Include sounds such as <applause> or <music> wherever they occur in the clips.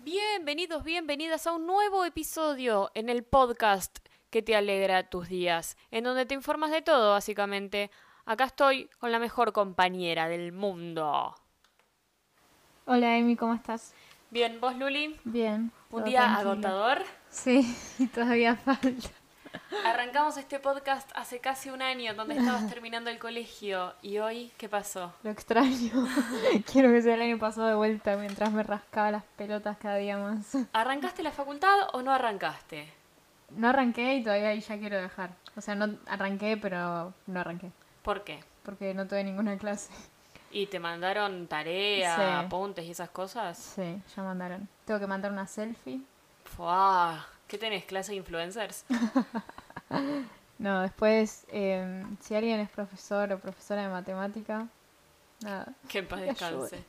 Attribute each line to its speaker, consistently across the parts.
Speaker 1: bienvenidos, bienvenidas a un nuevo episodio en el podcast que te alegra tus días, en donde te informas de todo, básicamente. Acá estoy con la mejor compañera del mundo.
Speaker 2: Hola Amy, ¿cómo estás?
Speaker 1: Bien, vos, Luli,
Speaker 2: Bien.
Speaker 1: un
Speaker 2: todo
Speaker 1: día
Speaker 2: tranquilo.
Speaker 1: agotador.
Speaker 2: Sí, <laughs> todavía falta.
Speaker 1: Arrancamos este podcast hace casi un año, donde estabas terminando el colegio. ¿Y hoy qué pasó?
Speaker 2: Lo extraño. <laughs> Quiero que sea el año pasado de vuelta mientras me rascaba las pelotas cada día más.
Speaker 1: ¿Arrancaste la facultad o no arrancaste?
Speaker 2: No arranqué y todavía ahí ya quiero dejar. O sea, no arranqué, pero no arranqué.
Speaker 1: ¿Por qué?
Speaker 2: Porque no tuve ninguna clase.
Speaker 1: ¿Y te mandaron tareas,
Speaker 2: Sí.
Speaker 1: apuntes y esas cosas?
Speaker 2: Sí, ya mandaron. Tengo que mandar una selfie.
Speaker 1: Fuá, ¿Qué tenés, clase de influencers?
Speaker 2: No, después, eh, si alguien es profesor o profesora de matemática, nada.
Speaker 1: Que en paz
Speaker 2: Que ayude.
Speaker 1: descanse.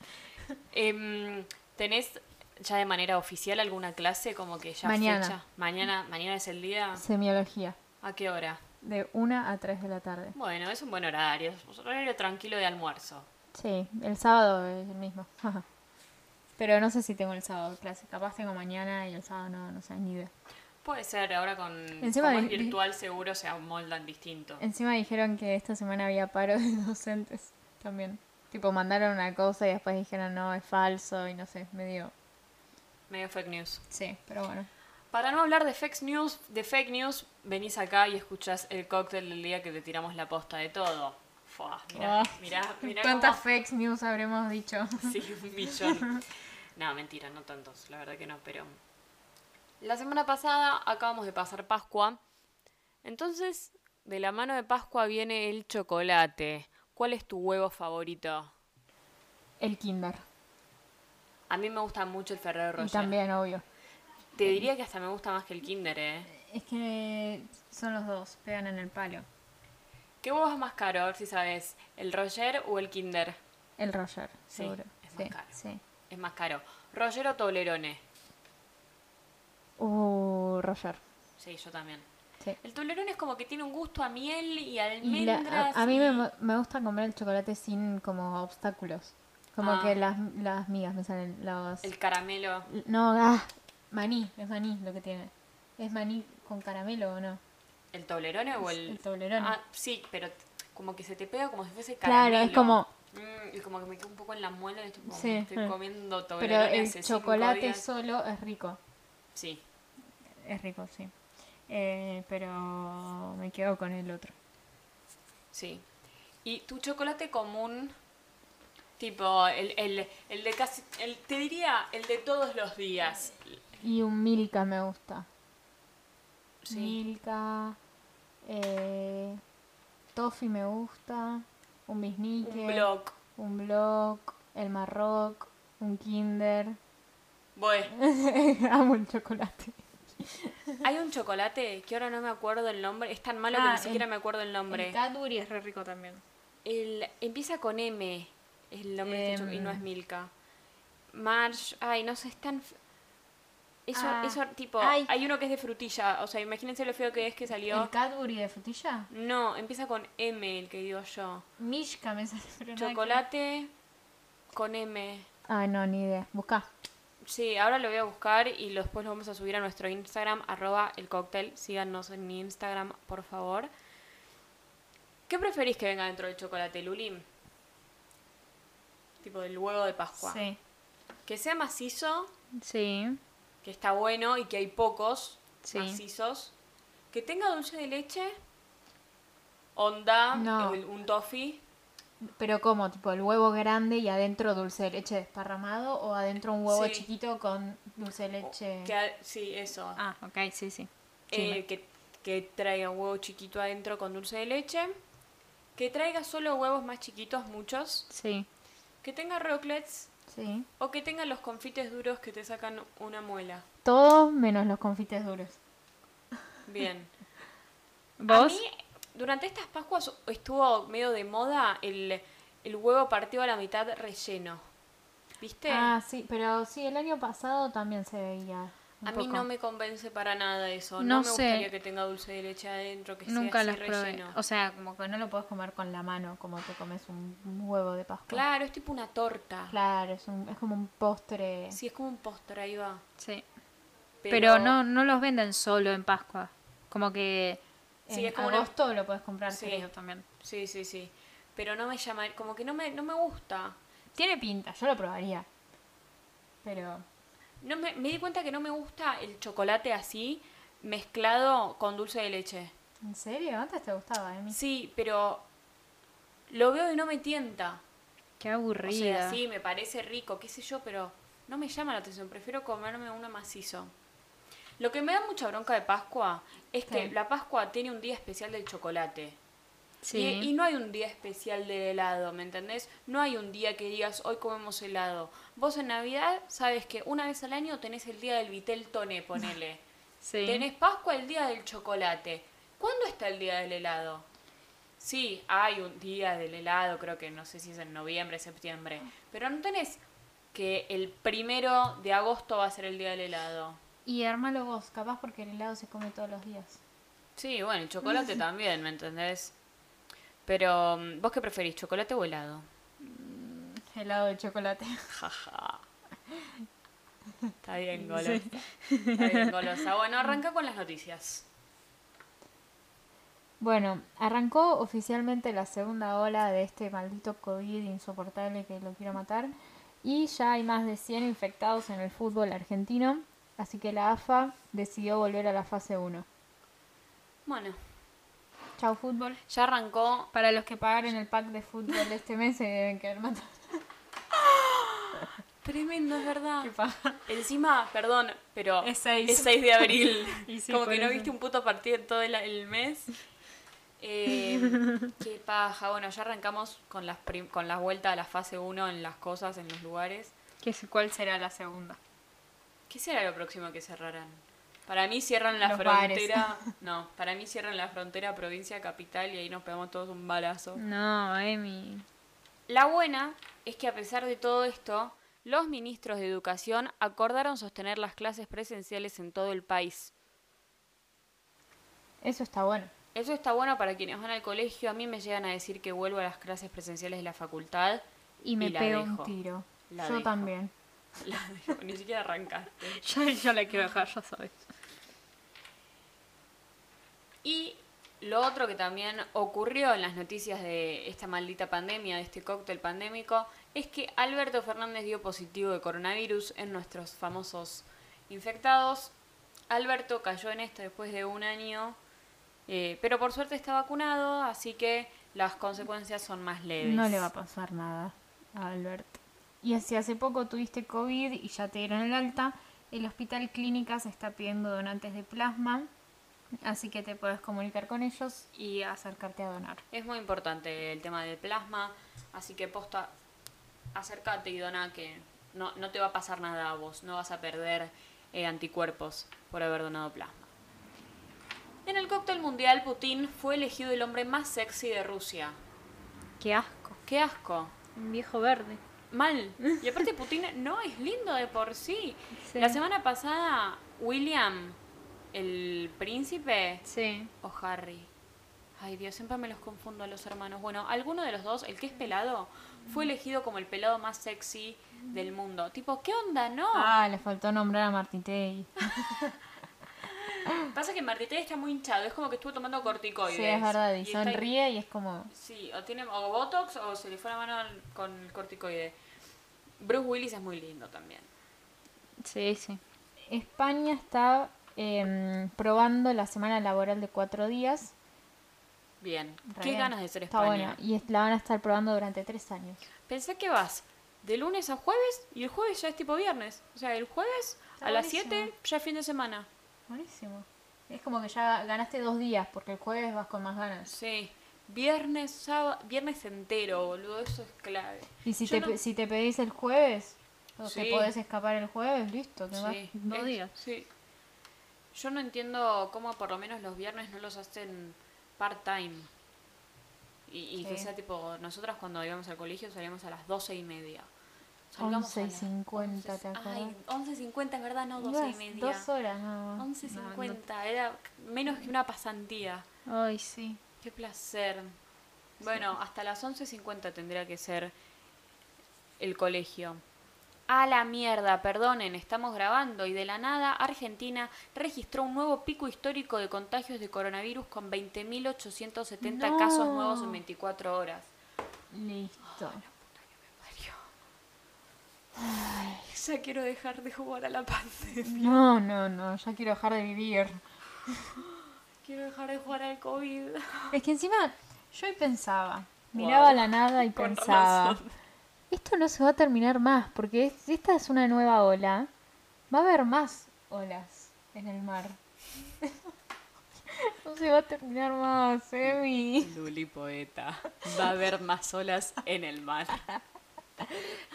Speaker 1: Em, ¿Tenés ya de manera oficial alguna clase como que ya
Speaker 2: Mañana.
Speaker 1: fecha? Mañana. Mañana es el día.
Speaker 2: Semiología,
Speaker 1: ¿A qué hora?
Speaker 2: de 1 a 3 de la tarde.
Speaker 1: Bueno, es un buen horario. Es un horario tranquilo de almuerzo.
Speaker 2: Sí, el sábado es el mismo. <laughs> Pero no sé si tengo el sábado clase. Capaz tengo mañana y el sábado no, no sé, ni idea.
Speaker 1: Puede ser, ahora con...
Speaker 2: Encima
Speaker 1: como es
Speaker 2: de-
Speaker 1: virtual seguro se amoldan distinto.
Speaker 2: Encima dijeron que esta semana había paro de <laughs> docentes también. Tipo, mandaron una cosa y después dijeron no, es falso y no sé, medio...
Speaker 1: Medio fake news.
Speaker 2: Sí, pero bueno.
Speaker 1: Para no hablar de fake news, de fake news, venís acá y escuchás el cóctel del día que te tiramos la posta de todo. Fua, mirá,
Speaker 2: Ah.
Speaker 1: mirá, mirá
Speaker 2: ¿Cuántas
Speaker 1: cómo-
Speaker 2: fake news habremos dicho? <laughs>
Speaker 1: <laughs> Sí, un <laughs> millón. No, mentira, no tantos, la verdad que no, pero... La semana pasada acabamos de pasar Pascua, entonces de la mano de Pascua viene el chocolate. ¿Cuál es tu huevo favorito?
Speaker 2: El kinder.
Speaker 1: A mí me gusta mucho el Ferrero
Speaker 2: Y
Speaker 1: Rocher.
Speaker 2: también, obvio.
Speaker 1: Te diría que hasta me gusta más que el Kinder, ¿eh?
Speaker 2: Es que son los dos, pegan en el palo.
Speaker 1: ¿Qué huevo es más caro, a ver si sabes? ¿El Roger o el Kinder?
Speaker 2: El Roger,
Speaker 1: Sí,
Speaker 2: seguro.
Speaker 1: es más caro.
Speaker 2: sí.
Speaker 1: Es más caro. ¿Roger o Toblerone?
Speaker 2: Uh, Roger.
Speaker 1: Sí, yo también.
Speaker 2: Sí.
Speaker 1: El Toblerone es como que tiene un gusto a miel y
Speaker 2: Y la-
Speaker 1: almendras.
Speaker 2: a, a mí
Speaker 1: y-
Speaker 2: me, mo- me gusta comer el chocolate sin como obstáculos. Como
Speaker 1: Ah.
Speaker 2: que las, las migas me salen los...
Speaker 1: El caramelo.
Speaker 2: No, ah, maní, es maní lo que tiene. ¿Es maní con caramelo o no?
Speaker 1: ¿El Toblerone o el...?
Speaker 2: El Toblerone.
Speaker 1: Ah, sí, pero t- como que se te pega como si fuese
Speaker 2: Claro,
Speaker 1: caramelo.
Speaker 2: es como-
Speaker 1: Mm, y como que me queda un poco en la muela y estoy, como,
Speaker 2: Sí.
Speaker 1: estoy comiendo
Speaker 2: Pero
Speaker 1: Toblerone
Speaker 2: el
Speaker 1: hace cinco
Speaker 2: chocolate
Speaker 1: días.
Speaker 2: solo es rico.
Speaker 1: Sí.
Speaker 2: Es rico, sí. Eh, pero me quedo con el otro.
Speaker 1: Sí. ¿Y tu chocolate común? Tipo, el, el, el de casi. El, te diría el de todos los días.
Speaker 2: Y un Milka me gusta.
Speaker 1: Sí.
Speaker 2: Milka. Eh, toffee me gusta. Un bisnique.
Speaker 1: Un blog.
Speaker 2: un blog, el Marroc, un Kinder. <laughs>
Speaker 1: Bueno,
Speaker 2: Amo el chocolate.
Speaker 1: hay un chocolate que ahora no me acuerdo el nombre. Es tan malo que
Speaker 2: Ah,
Speaker 1: ni siquiera
Speaker 2: el-
Speaker 1: me acuerdo el nombre.
Speaker 2: Cadbury es re rico también.
Speaker 1: El, empieza con M. Es el nombre de este
Speaker 2: Em.
Speaker 1: chocolate y no es Milka. Marsh. Ay, no sé, es tan. f- Eso,
Speaker 2: Ah.
Speaker 1: eso, tipo.
Speaker 2: Ay.
Speaker 1: Hay uno que es de frutilla. O sea, imagínense lo feo que es que salió.
Speaker 2: ¿El Cadbury de frutilla?
Speaker 1: No, empieza con M, el que digo yo.
Speaker 2: Mishka me sale pero nada que-
Speaker 1: Chocolate con M.
Speaker 2: Ah, no, ni idea. Busca.
Speaker 1: Sí, ahora lo voy a buscar y lo- después lo vamos a subir a nuestro Instagram, arroba el cóctel. Síganos en mi Instagram, por favor. ¿Qué preferís que venga dentro del chocolate, Lulim? Tipo del huevo de Pascua.
Speaker 2: Sí.
Speaker 1: Que sea macizo,
Speaker 2: Sí.
Speaker 1: que está bueno y que hay pocos
Speaker 2: Sí.
Speaker 1: macizos. Que tenga dulce de leche, onda,
Speaker 2: No.
Speaker 1: el- un toffee.
Speaker 2: Pero ¿cómo? ¿Tipo el huevo grande y adentro dulce de leche desparramado o adentro un huevo
Speaker 1: Sí.
Speaker 2: chiquito con dulce de
Speaker 1: o-
Speaker 2: leche?
Speaker 1: que a- sí, eso.
Speaker 2: Ah, ok, sí, sí.
Speaker 1: Eh, que, que traiga un huevo chiquito adentro con dulce de leche. Que traiga solo huevos más chiquitos, muchos.
Speaker 2: sí.
Speaker 1: Que tenga rocklets
Speaker 2: Sí.
Speaker 1: o que tenga los confites duros que te sacan una muela.
Speaker 2: Todo menos los confites duros.
Speaker 1: Bien.
Speaker 2: <laughs>
Speaker 1: A
Speaker 2: ¿Vos?
Speaker 1: mí, durante estas Pascuas estuvo medio de moda el, el huevo partido a la mitad relleno. ¿Viste?
Speaker 2: Ah, sí, pero sí, el año pasado también se veía. un
Speaker 1: A mí
Speaker 2: poco.
Speaker 1: no me convence para nada eso.
Speaker 2: No
Speaker 1: No, me
Speaker 2: sé.
Speaker 1: gustaría que tenga dulce de leche adentro, que sea
Speaker 2: Nunca los
Speaker 1: así
Speaker 2: probé.
Speaker 1: relleno.
Speaker 2: O sea, como que Pues no lo puedes comer con la mano, como te comes un un huevo de pascua.
Speaker 1: Claro, es tipo una torta.
Speaker 2: Claro, es, un- es como un postre.
Speaker 1: Sí, es como un póster, ahí va.
Speaker 3: Sí. Pero, no, no los venden solo en Pascua. Como que.
Speaker 1: Sí,
Speaker 2: en
Speaker 1: es como una-
Speaker 2: agosto lo puedes comprar
Speaker 1: Sí.
Speaker 2: frío.
Speaker 3: también.
Speaker 1: Sí, sí, sí. Pero no me llama, como que no me, no me gusta.
Speaker 2: Tiene pinta, yo lo probaría. Pero
Speaker 1: No me, me di cuenta que no me gusta el chocolate así, mezclado con dulce de leche.
Speaker 2: ¿En serio? Antes te gustaba, Emi.
Speaker 1: Sí, pero lo veo y no me tienta.
Speaker 3: Qué
Speaker 1: O sea,
Speaker 3: aburrida.
Speaker 1: sí, me parece rico, qué sé yo, pero no me llama la atención. Prefiero comerme uno macizo. Lo que me da mucha bronca de Pascua es que
Speaker 2: Sí.
Speaker 1: la Pascua tiene un día especial del chocolate.
Speaker 3: Sí.
Speaker 1: Y, y no hay un día especial de helado, ¿me entendés? No hay un día que digas, hoy comemos helado. Vos en Navidad sabes que una vez al año tenés el día del vitel toné, ponele.
Speaker 3: <laughs> Sí.
Speaker 1: Tenés Pascua el día del chocolate. ¿Cuándo está el día del helado? Sí, hay un día del helado, creo que no sé si es en noviembre, septiembre. Pero no tenés que el primero de agosto va a ser el día del helado.
Speaker 2: Y armalo vos, capaz porque el helado se come todos los días.
Speaker 1: Sí, bueno, el
Speaker 3: <laughs>
Speaker 1: chocolate también, ¿me entendés? Pero, mm, ¿vos qué preferís, chocolate o helado?
Speaker 2: Helado de chocolate.
Speaker 1: Jaja. Está bien, golosa. Está bien, golosa. Bueno, arranca con las noticias.
Speaker 2: Bueno, arrancó oficialmente la segunda ola de este maldito COVID insoportable que lo quiero matar. Y ya hay más de 100 infectados en el fútbol argentino. Así que la AFA decidió volver a la fase 1.
Speaker 1: Bueno,
Speaker 2: Chau fútbol.
Speaker 1: ya arrancó.
Speaker 2: Para los que pagaron el pack de fútbol de este mes se deben
Speaker 1: <laughs>
Speaker 2: quedar matados.
Speaker 1: Tremendo, es verdad.
Speaker 2: que pagaron.
Speaker 1: Encima, perdón, pero
Speaker 2: Es seis.
Speaker 1: de abril.
Speaker 2: <laughs> Y sí,
Speaker 1: Como
Speaker 2: por
Speaker 1: que no
Speaker 2: eso.
Speaker 1: viste un puto partido en todo el, el mes. Eh, qué paja. Bueno, ya arrancamos con las prim- con las vueltas a la fase 1 en las cosas, en los lugares.
Speaker 3: ¿Qué es- ¿Cuál será la segunda?
Speaker 1: ¿Qué será lo próximo que cerrarán? Para mí cierran la
Speaker 2: Los
Speaker 1: frontera.
Speaker 3: <laughs>
Speaker 1: No, para mí cierran la frontera provincia capital y ahí nos pegamos todos un balazo.
Speaker 3: No, Emi.
Speaker 1: La buena es que a pesar de todo esto, los ministros de Educación acordaron sostener las clases presenciales en todo el país.
Speaker 2: Eso está bueno.
Speaker 1: Eso está bueno para quienes van al colegio. A mí me llegan a decir que vuelvo a las clases presenciales de la facultad.
Speaker 3: Y me
Speaker 1: la
Speaker 3: pego
Speaker 1: dejo.
Speaker 3: un
Speaker 2: Un tiro.
Speaker 1: La
Speaker 2: Yo
Speaker 1: dejo.
Speaker 2: también.
Speaker 1: <laughs> La dejo, Ni siquiera arrancaste.
Speaker 3: <laughs> Yo, yo la quiero dejar, ya sabes.
Speaker 1: Y lo otro que también ocurrió en las noticias de esta maldita pandemia, de este cóctel pandémico, es que Alberto Fernández dio positivo de coronavirus en nuestros famosos infectados. Alberto cayó en esto después de un año, eh, pero por suerte está vacunado, así que las consecuencias son más leves.
Speaker 2: No le va a pasar nada a Albert. Y si hace poco tuviste COVID y ya te dieron el alta, el Hospital Clínicas está pidiendo donantes de plasma. Así que te puedes comunicar con ellos y acercarte a donar.
Speaker 1: Es muy importante el tema del plasma, así que posta, acércate y dona que no, no te va a pasar nada a vos, no vas a perder eh, anticuerpos por haber donado plasma. En el cóctel mundial, Putin fue elegido el hombre más sexy de Rusia.
Speaker 3: Qué asco.
Speaker 1: ¡Qué asco!
Speaker 3: Un viejo verde.
Speaker 1: Mal. Y aparte Putin no es lindo de por sí.
Speaker 3: Sí.
Speaker 1: La semana pasada, William, el príncipe,
Speaker 3: Sí.
Speaker 1: o Harry. Ay Dios, siempre me los confundo a los hermanos. Bueno, alguno de los dos, el que es pelado, fue elegido como el pelado más sexy del mundo. Tipo, ¿qué onda, no?
Speaker 2: Ah, le faltó nombrar a Martín Tei.
Speaker 1: Pasa que Martité está muy hinchado, es como que estuvo tomando corticoides.
Speaker 2: Sí, es verdad.
Speaker 1: Y
Speaker 2: Y
Speaker 1: está-
Speaker 2: sonríe y es como...
Speaker 1: Sí, o tiene o Botox o se le fue la mano al- con el corticoide. Bruce Willis es muy lindo también.
Speaker 3: Sí, sí.
Speaker 2: España está em, probando la semana laboral de cuatro días.
Speaker 1: Bien.
Speaker 2: Re
Speaker 1: Qué
Speaker 2: bien.
Speaker 1: ganas de ser
Speaker 2: Está
Speaker 1: España.
Speaker 2: buena. Y es- la van a estar probando durante tres años.
Speaker 1: Pensé que vas de lunes a jueves y el jueves ya es tipo viernes. O sea, el jueves
Speaker 2: Está
Speaker 1: a las
Speaker 2: buenísimo.
Speaker 1: 7 ya es fin de semana.
Speaker 2: Buenísimo. Es como que ya ganaste dos días, porque el jueves vas con más ganas.
Speaker 1: Sí, viernes, sábado, viernes entero, boludo, eso es clave.
Speaker 2: Y si,
Speaker 1: Yo
Speaker 2: te,
Speaker 1: no-
Speaker 2: pe- si te pedís el jueves, o
Speaker 1: Sí.
Speaker 2: te podés escapar el jueves, listo, te vas.
Speaker 1: Sí,
Speaker 3: dos
Speaker 1: es-
Speaker 3: días.
Speaker 1: Sí. Yo no entiendo cómo por lo menos los viernes no los hacen part-time. Y, y que
Speaker 2: Sí.
Speaker 1: sea tipo, nosotras cuando íbamos al colegio salíamos a las doce y media. Salgamos a las
Speaker 2: 11:50, ¿te
Speaker 1: 11.
Speaker 2: acordás?
Speaker 1: Ay, 11.50 es verdad, no 12 y
Speaker 2: Ibas
Speaker 1: media.
Speaker 2: Dos horas nada más.
Speaker 1: 11.50, era menos que una pasantía.
Speaker 3: Ay, sí.
Speaker 1: Qué placer. Bueno, hasta las 11.50 tendría que ser el colegio. A la mierda, perdonen, estamos grabando y de la nada Argentina registró un nuevo pico histórico de contagios de coronavirus con 20.870
Speaker 2: No.
Speaker 1: casos nuevos en 24 horas.
Speaker 2: Listo.
Speaker 1: Mario. Ya quiero dejar de jugar a la pandemia.
Speaker 2: No, no, no, ya quiero dejar de vivir.
Speaker 1: Quiero dejar de jugar al COVID.
Speaker 2: Es que encima yo hoy pensaba,
Speaker 1: Wow.
Speaker 2: miraba a la nada y
Speaker 1: Con
Speaker 2: pensaba,
Speaker 1: razón.
Speaker 2: esto no se va a terminar más, porque es- si esta es una nueva ola, va a haber más olas en el mar. <laughs> no se va a terminar más, Emi.
Speaker 1: Luli poeta. Va a haber más olas en el mar.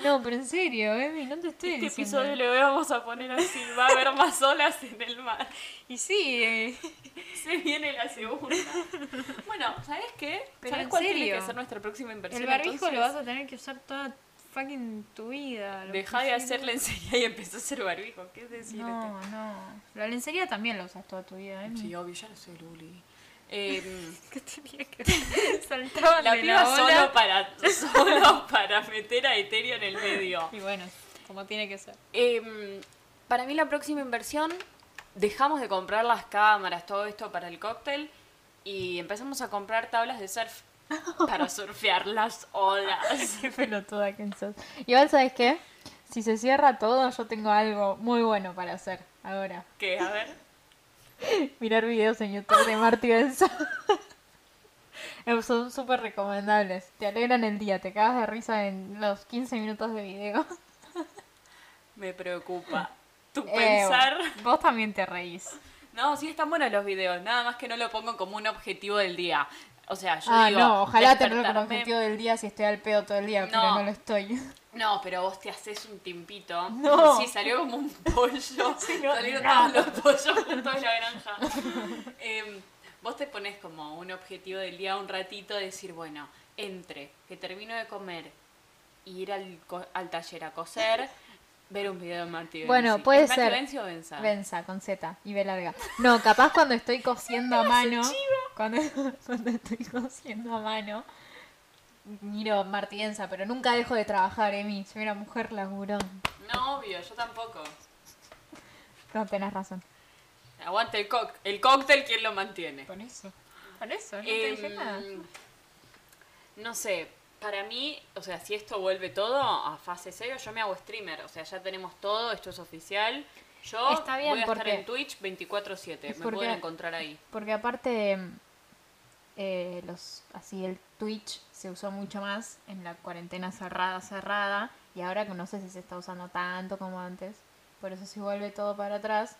Speaker 2: No, pero en serio, Emi, no te estoy
Speaker 1: Este
Speaker 2: diciendo.
Speaker 1: episodio lo vamos a poner así. Va a haber más olas en el mar.
Speaker 2: Y sí, eh,
Speaker 1: Se viene la segunda. Bueno, ¿sabes qué?
Speaker 2: Pero
Speaker 1: ¿Sabes
Speaker 2: en
Speaker 1: cuál tiene
Speaker 2: serio.
Speaker 1: que ser nuestra próxima inversión?
Speaker 2: el barbijo
Speaker 1: entonces?
Speaker 2: lo vas a tener que usar toda fucking tu vida. lo
Speaker 1: Dejá de
Speaker 2: posible.
Speaker 1: hacer lencería y empezó a hacer barbijo. ¿Qué es decir?
Speaker 2: No, no. La lencería también la usas toda tu vida, Emi.
Speaker 1: Sí, obvio, ya no soy Luli.
Speaker 2: <laughs>
Speaker 1: Em,
Speaker 2: que tenía que ver? Saltaban
Speaker 1: La
Speaker 2: de la
Speaker 1: piba
Speaker 2: ola.
Speaker 1: solo para, solo <laughs> para meter a Eterio en el medio.
Speaker 2: Y bueno, como tiene que ser.
Speaker 1: Em, para mí la próxima inversión, dejamos de comprar las cámaras, todo esto para el cóctel y empezamos a comprar tablas de
Speaker 2: <laughs>
Speaker 1: surf para surfear las olas. <laughs>
Speaker 2: Qué pelotuda que sos. Igual, ¿sabes qué? Si se cierra todo, yo tengo algo muy bueno para hacer ahora.
Speaker 1: Que a ver,
Speaker 2: Mirar videos en YouTube de Marty Benson. Eh, <laughs> Son súper recomendables. Te alegran el día. Te cagas de risa en los 15 minutos de <laughs> video.
Speaker 1: me preocupa. Tu
Speaker 2: Eh,
Speaker 1: pensar.
Speaker 2: vos también te reís.
Speaker 1: No, sí están buenos los videos, nada más que no lo pongo como un objetivo del día. O sea, yo
Speaker 2: ah,
Speaker 1: digo,
Speaker 2: no. Ojalá tenerlo con
Speaker 1: despertarme-
Speaker 2: objetivo del día si estoy al pedo todo el día, pero
Speaker 1: No.
Speaker 2: no lo estoy.
Speaker 1: No, pero vos te haces un tiempito.
Speaker 2: No.
Speaker 1: Sí, salió como un
Speaker 2: <laughs>
Speaker 1: pollo.
Speaker 2: no,
Speaker 1: Salieron todos
Speaker 2: no.
Speaker 1: los pollos juntos de la granja. Em, vos te pones como un objetivo del día, un ratito, de decir, bueno, entre que termino de comer y ir al, co- al taller a coser, ver un video de Marty Benzi.
Speaker 2: Bueno, puede
Speaker 1: ¿Es Marty
Speaker 2: ser.
Speaker 1: Benzi o Benza?
Speaker 2: Benza, con Z y B larga. No, capaz cuando estoy cosiendo a mano. Cuando, <laughs> cuando estoy cosiendo a mano. Miro Martienza, pero nunca dejo de trabajar, Emi. Soy una mujer laburón.
Speaker 1: No, obvio, yo tampoco.
Speaker 2: No, tenés razón.
Speaker 1: Aguante el, coc el cóctel, ¿quién lo mantiene?
Speaker 2: Con eso. Con eso, no
Speaker 1: Em, No sé, para mí, o sea, si esto vuelve todo a fase cero, yo me hago streamer. O sea, ya tenemos todo, esto es oficial. Yo
Speaker 2: Está bien,
Speaker 1: voy a estar
Speaker 2: porque-
Speaker 1: en Twitch 24-7. Me
Speaker 2: porque-
Speaker 1: pueden encontrar ahí.
Speaker 2: Porque aparte, mm, eh, los, así el Twitch se usó mucho más en la cuarentena cerrada, cerrada, y ahora que no sé si se está usando tanto como antes. Por eso si vuelve todo para atrás.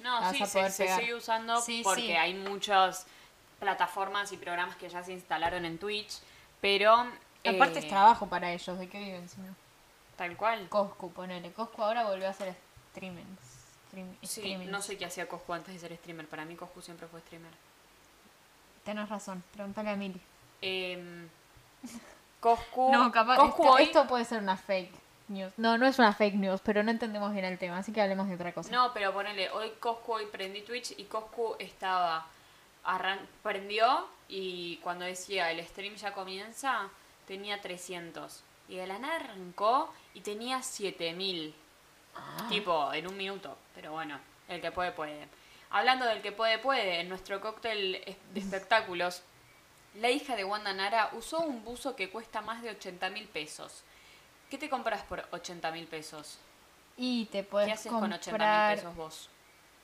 Speaker 1: No,
Speaker 2: Vas
Speaker 1: sí,
Speaker 2: a
Speaker 1: se,
Speaker 2: poder
Speaker 1: se
Speaker 2: pegar.
Speaker 1: sigue usando
Speaker 2: Sí,
Speaker 1: porque
Speaker 2: sí.
Speaker 1: hay muchas plataformas y programas que ya se instalaron en Twitch, pero.
Speaker 2: Aparte
Speaker 1: eh,
Speaker 2: es trabajo para ellos, ¿de qué viven si no?
Speaker 1: Tal cual.
Speaker 2: Coscu, ponele. Coscu ahora volvió a hacer streaming. Stream,
Speaker 1: Sí,
Speaker 2: streamings.
Speaker 1: no sé qué hacía Coscu antes de ser streamer. Para mí, Coscu siempre fue streamer.
Speaker 2: Tenés razón, pregúntale a Mili.
Speaker 1: Em,
Speaker 2: <laughs>
Speaker 1: Coscu. Coscu
Speaker 2: Esto,
Speaker 1: hoy-
Speaker 2: esto puede ser una fake news. No, no es una fake news, pero no entendemos bien el tema, así que hablemos de otra cosa.
Speaker 1: No, pero ponele, hoy Coscu, hoy prendí Twitch y Coscu estaba, arran- prendió y cuando decía el stream ya comienza, tenía 300. Y de la nada arrancó y tenía 7000.
Speaker 2: Ah.
Speaker 1: Tipo, en un minuto. Pero bueno, el que puede, puede. Hablando del que puede, puede, en nuestro cóctel es-
Speaker 2: <laughs>
Speaker 1: de espectáculos, la hija de Wanda Nara usó un buzo que cuesta más de 80 mil pesos. ¿Qué te compras por 80 mil pesos?
Speaker 2: Y te
Speaker 1: ¿Qué
Speaker 2: puedes
Speaker 1: haces con 80 mil
Speaker 2: comprar
Speaker 1: pesos vos?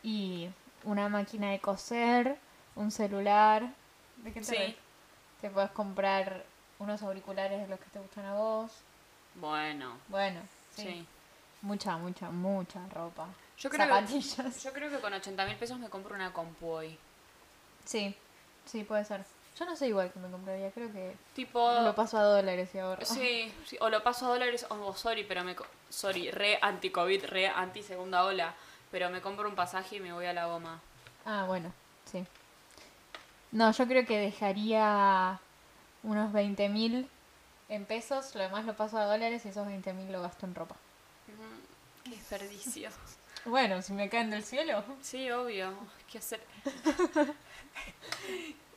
Speaker 2: y una máquina de coser, un celular. ¿De qué te
Speaker 1: Sí.
Speaker 2: ves? Te puedes comprar unos auriculares de los que te gustan a vos.
Speaker 1: Bueno,
Speaker 2: Bueno,
Speaker 1: sí.
Speaker 2: sí. Mucha, mucha, mucha ropa.
Speaker 1: Yo creo que-
Speaker 2: Zapatillas. <laughs>
Speaker 1: Yo creo que con 80 mil pesos me compro una compu hoy.
Speaker 2: Sí, sí, puede ser. Yo no sé igual que me compraría, creo que
Speaker 1: Tipo.
Speaker 2: lo paso a dólares y ahorro.
Speaker 1: Sí, sí, o lo paso a dólares o o sorry, pero me. co- Sorry, re anti-COVID, re anti-segunda ola. Pero me compro un pasaje y me voy a la goma.
Speaker 2: Ah, bueno, sí. No, yo creo que dejaría unos 20.000 en pesos, lo demás lo paso a dólares y esos 20.000 lo gasto en ropa.
Speaker 1: Qué desperdicio.
Speaker 2: Bueno, si me caen del cielo. <laughs>
Speaker 1: Sí, obvio. ¿Qué hacer?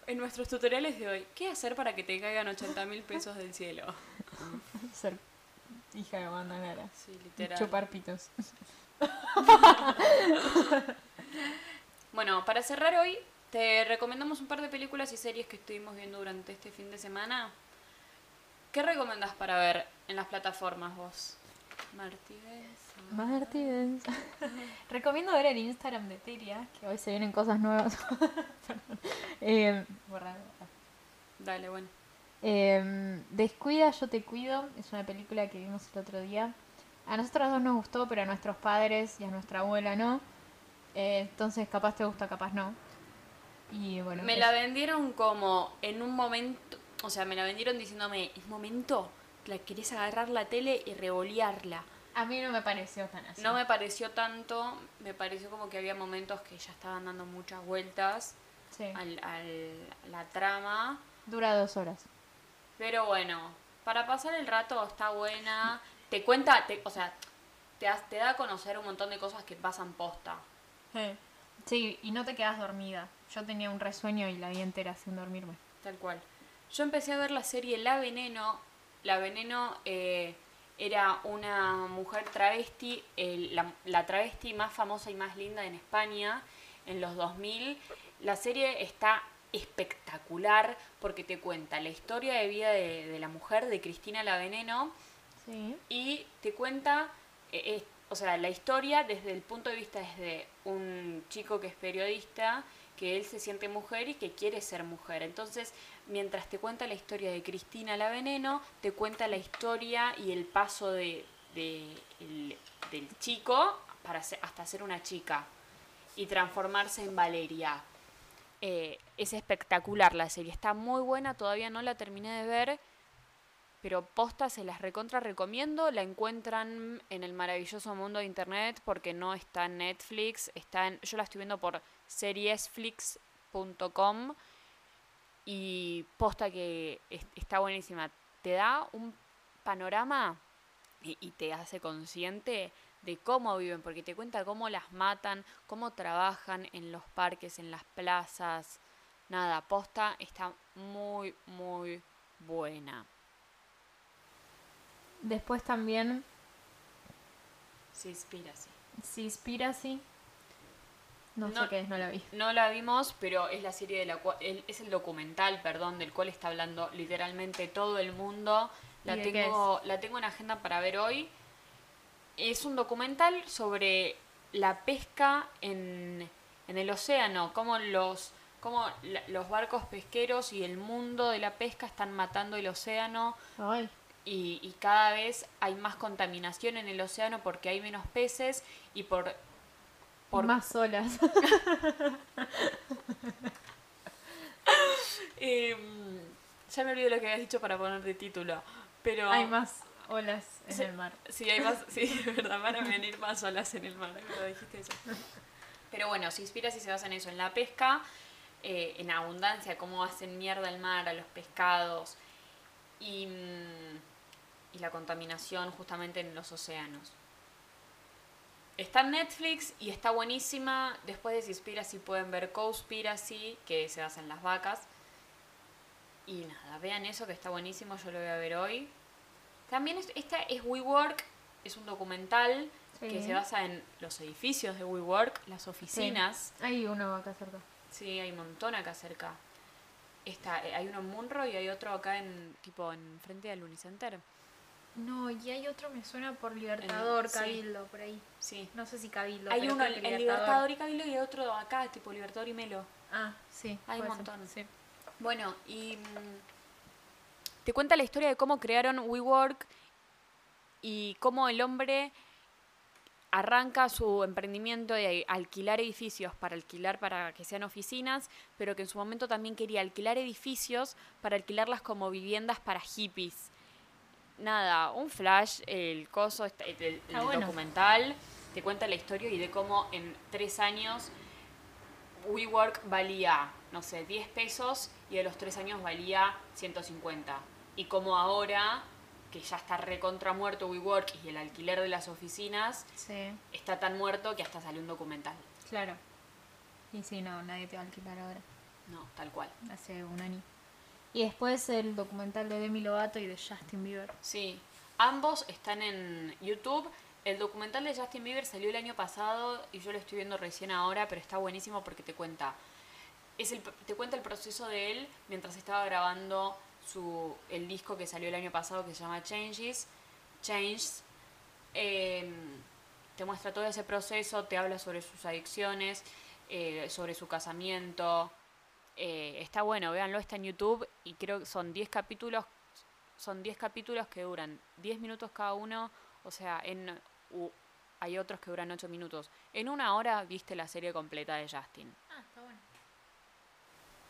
Speaker 1: en nuestros tutoriales de hoy, ¿qué hacer para que te caigan 80 mil pesos del cielo?
Speaker 2: Ser hija de bandonera.
Speaker 1: Sí, literal.
Speaker 2: Chupar pitos.
Speaker 1: Bueno, para cerrar hoy, te recomendamos un par de películas y series que estuvimos viendo durante este fin de semana. ¿Qué recomendás para ver en las plataformas vos? Martínez.
Speaker 2: Martínez. Recomiendo ver el Instagram de Teria, que hoy se vienen cosas nuevas. <laughs> Perdón. Eh, borra, borra.
Speaker 1: Dale, bueno.
Speaker 2: Eh, Descuida, yo te cuido. Es una película que vimos el otro día. A nosotros dos nos gustó, pero a nuestros padres y a nuestra abuela no. Eh, entonces, capaz te gusta, capaz no. Y bueno,
Speaker 1: Me
Speaker 2: es-
Speaker 1: la vendieron como en un momento, o sea, me la vendieron diciéndome, es momento que la querés agarrar la tele y revolearla.
Speaker 2: a mí no me pareció tan así.
Speaker 1: No me pareció tanto, me pareció como que había momentos que ya estaban dando muchas vueltas
Speaker 2: Sí.
Speaker 1: al, al- a la trama.
Speaker 2: Dura dos horas.
Speaker 1: Pero bueno, para pasar el rato está buena. Te cuenta, te- o sea, te, has- te da a conocer un montón de cosas que pasan posta.
Speaker 2: Sí, y no te quedas dormida. Yo tenía un resueño y la vi entera sin dormirme.
Speaker 1: Tal cual. Yo empecé a ver la serie La Veneno. La Veneno eh, era una mujer travesti, el- la, la travesti más famosa y más linda en España en los 2000. La serie está espectacular porque te cuenta la historia de vida de, de la mujer, de Cristina La Veneno,
Speaker 2: Sí.
Speaker 1: y te cuenta, eh, eh, o sea, la historia desde el punto de vista desde un chico que es periodista, que él se siente mujer y que quiere ser mujer. Entonces, mientras te cuenta la historia de Cristina La Veneno, te cuenta la historia y el paso de, de- el- del chico para ser- hasta ser una chica y transformarse en Valeria. Eh, es espectacular la serie, está muy buena, todavía no la terminé de ver, pero posta se las recontra recomiendo. La encuentran en el maravilloso mundo de internet porque no está en Netflix. Está en, yo la estoy viendo por seriesflix.com y posta que es- está buenísima. Te da un panorama y, y te hace consciente de cómo viven, porque te cuenta cómo las matan, cómo trabajan en los parques, en las plazas. Nada, posta está muy, muy buena.
Speaker 2: Después también
Speaker 1: Se inspira, sí.
Speaker 2: Seaspiracy. No,
Speaker 1: No.
Speaker 2: sé qué es, no la vi.
Speaker 1: No la vimos, pero es la serie de la cual. el- Es el documental, perdón, del cual está hablando literalmente todo el mundo. La
Speaker 2: ¿Y de qué
Speaker 1: tengo, la tengo en agenda para ver hoy. Es un documental sobre la pesca en, en el océano, cómo los, cómo la- los barcos pesqueros y el mundo de la pesca están matando el océano
Speaker 2: Ay.
Speaker 1: y, y cada vez hay más contaminación en el océano porque hay menos peces y por, por
Speaker 2: Más olas.
Speaker 1: Em, ya me olvidé lo que habías dicho para poner de título, pero...
Speaker 2: <laughs> Hay más olas en
Speaker 1: Sí.
Speaker 2: el mar.
Speaker 1: Sí, hay más... Sí, <laughs> es verdad, van a venir más olas en el mar, es verdad, dijiste
Speaker 2: <laughs>
Speaker 1: eso. Pero bueno, se inspira si se basa en eso, en la pesca, eh, en abundancia, cómo hacen mierda el mar, a los pescados y, mm, y la contaminación justamente en los océanos. Está en Netflix y está buenísima. Después de Seaspiracy pueden ver Cowspiracy, que se basa en las vacas. Y nada, vean eso que está buenísimo, yo lo voy a ver hoy. También es- esta es WeWork, es un documental que
Speaker 2: Sí.
Speaker 1: se basa en los edificios de WeWork, las oficinas.
Speaker 2: Hay uno acá cerca.
Speaker 1: Sí, hay un montón acá cerca. Está, eh, hay uno en Munro y hay otro acá en tipo en frente al Unicenter.
Speaker 3: No, y hay otro me suena por
Speaker 1: Libertador, sí. Cabildo,
Speaker 3: por ahí.
Speaker 1: Sí.
Speaker 3: No sé si Cabildo.
Speaker 1: Hay uno en en Libertador y Cabildo y hay otro acá, tipo Libertador y Melo.
Speaker 2: Ah, sí.
Speaker 1: Hay un
Speaker 2: puede ser.
Speaker 1: montón. Bueno, y mm, te cuenta la historia de cómo crearon WeWork y cómo el hombre arranca su emprendimiento de alquilar edificios para alquilar para que sean oficinas, pero que en su momento también quería alquilar edificios para alquilarlas como viviendas para hippies. Nada, un flash, el coso, este- el, el
Speaker 2: Está bueno.
Speaker 1: documental, te cuenta la historia y de cómo en tres años WeWork valía, no sé, 10 pesos y a los 3 años valía 150. Y como ahora, que ya está recontra muerto WeWork y el alquiler de las oficinas,
Speaker 2: Sí,
Speaker 1: está tan muerto que hasta salió un documental.
Speaker 2: claro. Y si no, nadie te va a alquilar ahora.
Speaker 1: No, tal cual.
Speaker 2: Hace un año. Y después el documental de Demi Lovato y de Justin Bieber.
Speaker 1: Sí, ambos están en YouTube. El documental de Justin Bieber salió el año pasado y yo lo estoy viendo recién ahora, pero está buenísimo porque te cuenta es el, te cuenta el proceso de él mientras estaba grabando su, el disco que salió el año pasado que se llama Changes. Changes. Eh, te muestra todo ese proceso, te habla sobre sus adicciones, eh, sobre su casamiento. Eh, está bueno, véanlo, está en YouTube y creo que son 10 capítulos. Son 10 capítulos que duran 10 minutos cada uno. O sea, en, u- hay otros que duran 8 minutos. En una hora viste la serie completa de Justin.
Speaker 2: Ah, está bueno.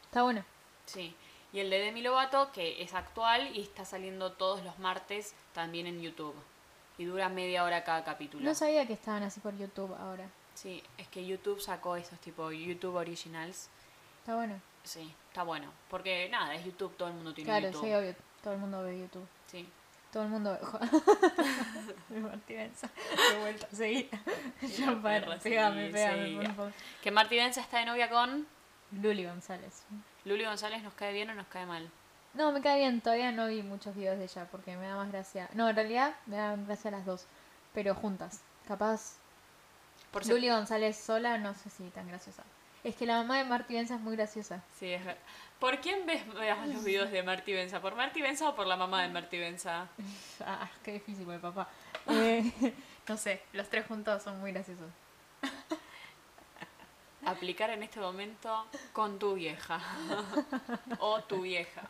Speaker 2: Está bueno.
Speaker 1: Sí. Y el de Demi Lovato, que es actual y está saliendo todos los martes también en YouTube. Y dura media hora cada capítulo.
Speaker 2: No sabía que estaban así por YouTube ahora.
Speaker 1: Sí, es que YouTube sacó esos tipo YouTube Originals.
Speaker 2: Está bueno.
Speaker 1: Sí, está bueno. Porque nada, es YouTube, todo el mundo tiene
Speaker 2: claro,
Speaker 1: YouTube.
Speaker 2: sí, obvio. Todo el mundo ve YouTube.
Speaker 1: Sí.
Speaker 2: Todo el mundo ve. <laughs> Me partí de esa. De vuelta, <laughs> seguí. Ya
Speaker 1: la
Speaker 2: para.
Speaker 1: perra,
Speaker 2: Pégame,
Speaker 1: sí,
Speaker 2: pégame,
Speaker 1: sí.
Speaker 2: por favor.
Speaker 1: Que Martidenza está de novia con.
Speaker 2: Luli González.
Speaker 1: Luli González nos cae bien o nos cae mal.
Speaker 2: No, me cae bien. Todavía no vi muchos videos de ella porque me da más gracia. No, en realidad me dan gracia las dos. Pero juntas. Capaz
Speaker 1: Por si-
Speaker 2: Luli González sola, no sé si tan graciosa. Es que la mamá de Marti Benza es muy graciosa. <laughs>
Speaker 1: Sí, es ver- ¿Por quién ves más los videos de Marti Benza? ¿Por Marti Benza o por la mamá de Marti Benza?
Speaker 2: Ah, qué difícil, porque papá. Eh, <laughs> no sé, los tres juntos son muy graciosos.
Speaker 1: aplicar en este momento con tu vieja <laughs> o tu vieja.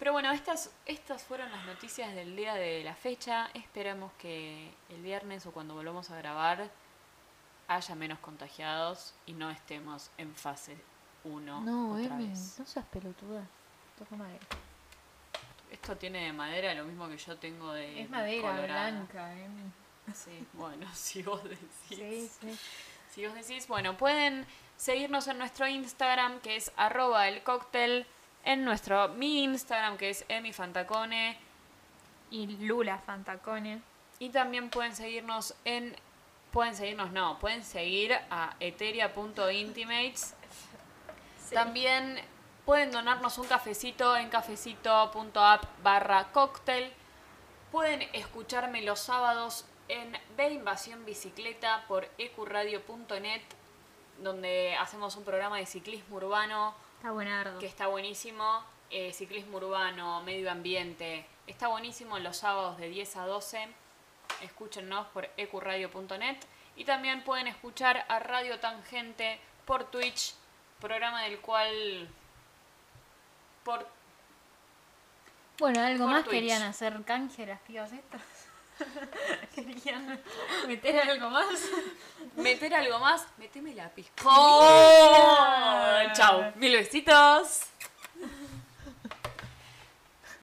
Speaker 1: Pero bueno, estas, estas fueron las noticias del día de la fecha. Esperamos que el viernes o cuando volvamos a grabar haya menos contagiados y no estemos en fase 1
Speaker 2: No,
Speaker 1: otra
Speaker 2: Emi,
Speaker 1: vez.
Speaker 2: no seas pelotuda. Toca madera.
Speaker 1: Esto tiene de madera lo mismo que yo tengo de
Speaker 2: Es madera
Speaker 1: colorada.
Speaker 2: blanca, Emi.
Speaker 1: Sí, bueno, <laughs> si vos decís.
Speaker 2: Sí, sí.
Speaker 1: Si os decís, bueno, pueden seguirnos en nuestro Instagram, que es arroba el cóctel, en nuestro mi Instagram, que es emifantacone,
Speaker 3: Y Lula Fantacone.
Speaker 1: y también pueden seguirnos en... Pueden seguirnos, no, pueden seguir a eteria.intimates. También pueden donarnos un cafecito en cafecito.app barra cóctel. Pueden escucharme los sábados en Ve Invasión Bicicleta por ecuradio.net, donde hacemos un programa de ciclismo urbano
Speaker 3: Está buenardo.
Speaker 1: que está buenísimo. eh, ciclismo urbano, medio ambiente. Está buenísimo los sábados de 10 a 12. Escúchennos por ecuradio.net. Y también pueden escuchar a Radio Tangente por Twitch, programa del cual. Por,
Speaker 2: Bueno, algo
Speaker 1: Por
Speaker 2: más
Speaker 1: Twitch.
Speaker 2: querían hacer canje las pibas estas. querían meter algo más.
Speaker 1: meter algo más, meteme la pija.
Speaker 2: ¡Oh!
Speaker 1: Chao, mil besitos.